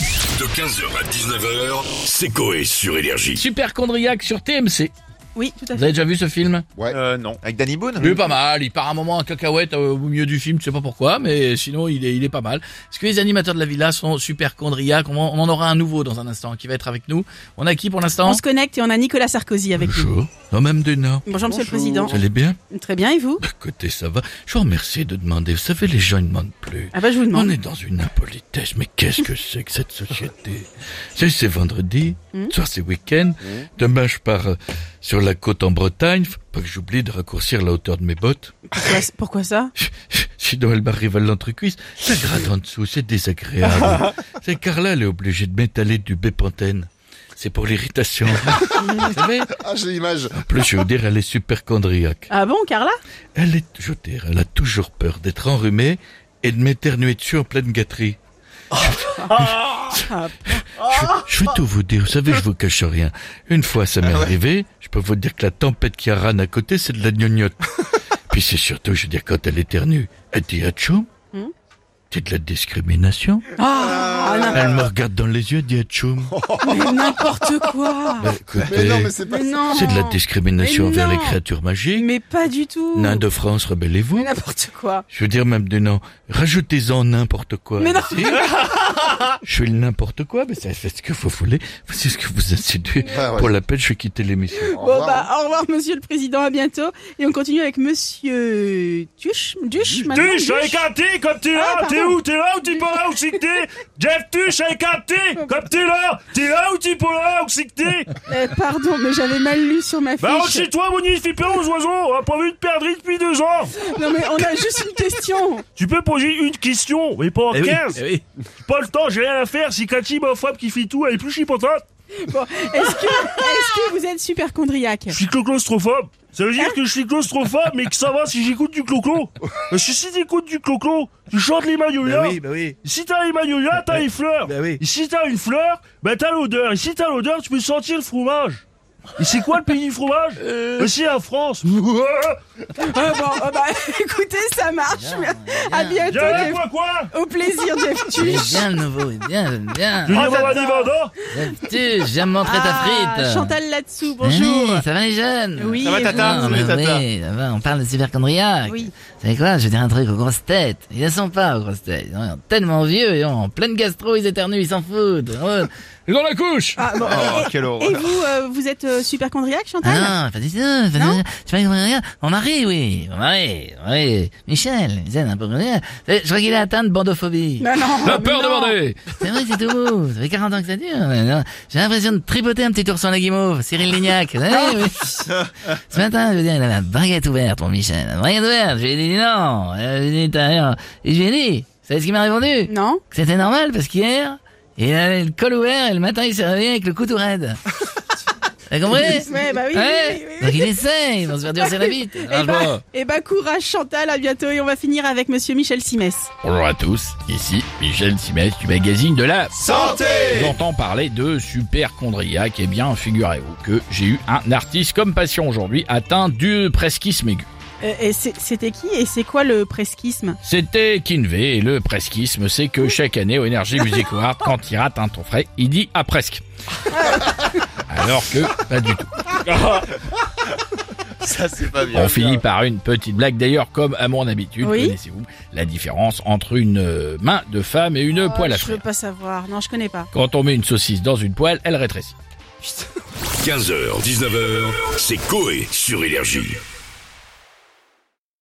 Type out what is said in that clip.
De 15h à 19h, c'est Coé sur Énergie. Super Chondriac sur TMC. Oui, tout à Vous fait. avez déjà vu ce film Ouais. Euh, non. Avec Danny Boone Lui, pas mal. Il part un moment en cacahuète euh, au milieu du film, je sais pas pourquoi, mais sinon, il est, il est pas mal. Parce que les animateurs de la villa sont super chondriaques. On, en- on en aura un nouveau dans un instant qui va être avec nous. On a qui pour l'instant On se connecte et on a Nicolas Sarkozy avec nous. Bonjour. Non, même des nains. Bonjour, Monsieur le Président. Vous allez bien Très bien, et vous Écoutez, ça va. Je vous remercie de demander. Vous savez, les gens, ils ne demandent plus. Ah bah je vous On demande. est dans une impolitesse, mais qu'est-ce que c'est que cette société C'est c'est vendredi, ce soir c'est week-end, demain je pars euh, sur la côte en Bretagne, faut pas que j'oublie de raccourcir la hauteur de mes bottes, Pourquoi, pourquoi ça sinon elle m'arrive à l'entrecuisse, ça gratte en dessous, c'est désagréable. c'est Carla, elle est obligée de m'étaler du bépantène. C'est pour l'irritation. Vous savez Ah, j'ai l'image. En plus, je veux dire, elle est super chondriaque. Ah bon, Carla Elle est, je veux dire, elle a toujours peur d'être enrhumée et de m'éternuer dessus en pleine gâterie. Ah, Je, je vais tout vous dire, vous savez, je vous cache rien. Une fois, Ah ça m'est arrivé, je peux vous dire que la tempête qui râne à côté, c'est de la gnognotte. Puis c'est surtout, je veux dire, quand elle éternue, elle dit Hachoum, Hmm c'est de la discrimination. ah, non, Elle me regarde dans les yeux, dit Hachoum. mais n'importe quoi Bah, écoutez, Mais non, mais c'est pas. Mais non c'est de la discrimination Mais envers les non créatures magiques. Mais pas du tout Nains de France, Mais rebellez-vous. n'importe quoi Je veux dire, même de non, rajoutez-en n'importe quoi. Mais non. Si. Je suis le n'importe quoi, mais ça fait ce que vous voulez. C'est ce que vous insinuez. Ah, ouais. Pour la peine, je vais quitter l'émission. Au Bon revoir. bah au revoir Monsieur le Président, à bientôt Et on continue avec Monsieur... Tuche Duche maintenant Tuche avec un T comme tu Ah, l'as, pardon. t'es où, t'es là ou t'es pas là où c'est que t'es Jeff Tuche avec un T comme tu l'as, t'es là ou t'es pas là où c'est que t'es Euh, Pardon, mais j'avais mal lu sur ma fiche Bah rentre chez toi, mon pas aux oiseaux, on a pas vu de perdrix depuis deux ans Non mais on a juste une question Tu peux poser une question, mais pas Eh oui, 15 eh oui. J'ai Pas le temps, j'ai rien à faire, si Cathy, ma femme qui fait tout, elle est plus chipotante Bon, est-ce que, est-ce que vous êtes super chondriaque Je suis claustrophobe. Ça veut dire que je suis claustrophobe, mais que ça va si j'écoute du cloclo. Parce que si t'écoutes du cloclo, tu chantes les magnolia. Si t'as les magnolia, t'as les fleurs. Et si t'as une fleur, bah t'as l'odeur. Et si t'as l'odeur, tu peux sentir le fromage. Et c'est quoi le pays du fromage Bah, C'est la France. Ah bon, ah bah, écoutez, ça marche. à bientôt, Y'a Jeff. quoi quoi Au plaisir, Jeff Tuche. Bien le nouveau, bien, bien. Tu viens voir Annie Varda Tu, j'aime montrer ta frite. Ah, Chantal là-dessous, Mais bonjour. oui, ça va les jeunes Oui, Ça va, et Tata vous Non, mais Salut, Tata. oui, ça va, on parle de superchondriaque. Oui. Vous savez quoi, je vais dire un truc aux grosses têtes. Ils ne sont pas aux grosses têtes. Ils sont tellement vieux, et en pleine gastro, ils éternuent, ils s'en foutent. Oh. Et dans la couche Ah, bon, Oh, et- quelle et, horreur. vous, euh, vous êtes euh, super chondriaque, Chantal Ah non, pas du tout, pas du Non tout. Je sais pas rien. Mon mari, oui. Mon mari, oui. Michel, Michel, un peu rien. Je crois qu'il est atteint de bandophobie. Non, non. La peur de demander C'est vrai, c'est tout mou. Ça fait 40 ans que ça dure. mais non. J'ai l'impression de tripoter un petit tour sur la guimauve. Cyril Lignac. Vous savez, oui. Ce matin, je veux dire, il avait la baguette ouverte pour Michel. La baguette ouverte. Je lui ai dit non. Euh, Je lui ai dit, t'as rien. Et je lui ai dit, vous savez ce qu'il m'a répondu? Non Que C'était normal parce qu'hier, il avait le col ouvert et le matin, il s'est réveillé avec le cou tout raide. T'as compris? Ouais, bah oui, Ouais. oui, oui, oui. Hein Donc il essaye. Ils vont se faire durcir la bite. Eh bah, eh bah, courage, Chantal, à bientôt. Et on va finir avec monsieur Michel Simès. Bonjour à tous, ici Michel Simès du magazine de la Santé J'entends parler de superchondriaque, eh bien figurez-vous que j'ai eu un artiste comme patient aujourd'hui atteint du presquisme aigu. Euh, et c'est- c'était qui et c'est quoi le presquisme C'était Kinvey et le presquisme c'est que chaque année au Energy Music Award, quand il rate un ton frais, il dit à presque. Alors que pas du tout. Ça, c'est pas bien. On finit par une petite blague d'ailleurs comme à mon habitude. Oui. Connaissez-vous la différence entre une euh, main de femme et une Oh, poêle à Je veux frire pas savoir. Non, je connais pas. Quand on met une saucisse dans une poêle, elle rétrécit. 15h, 19h, c'est Coé sur Énergie.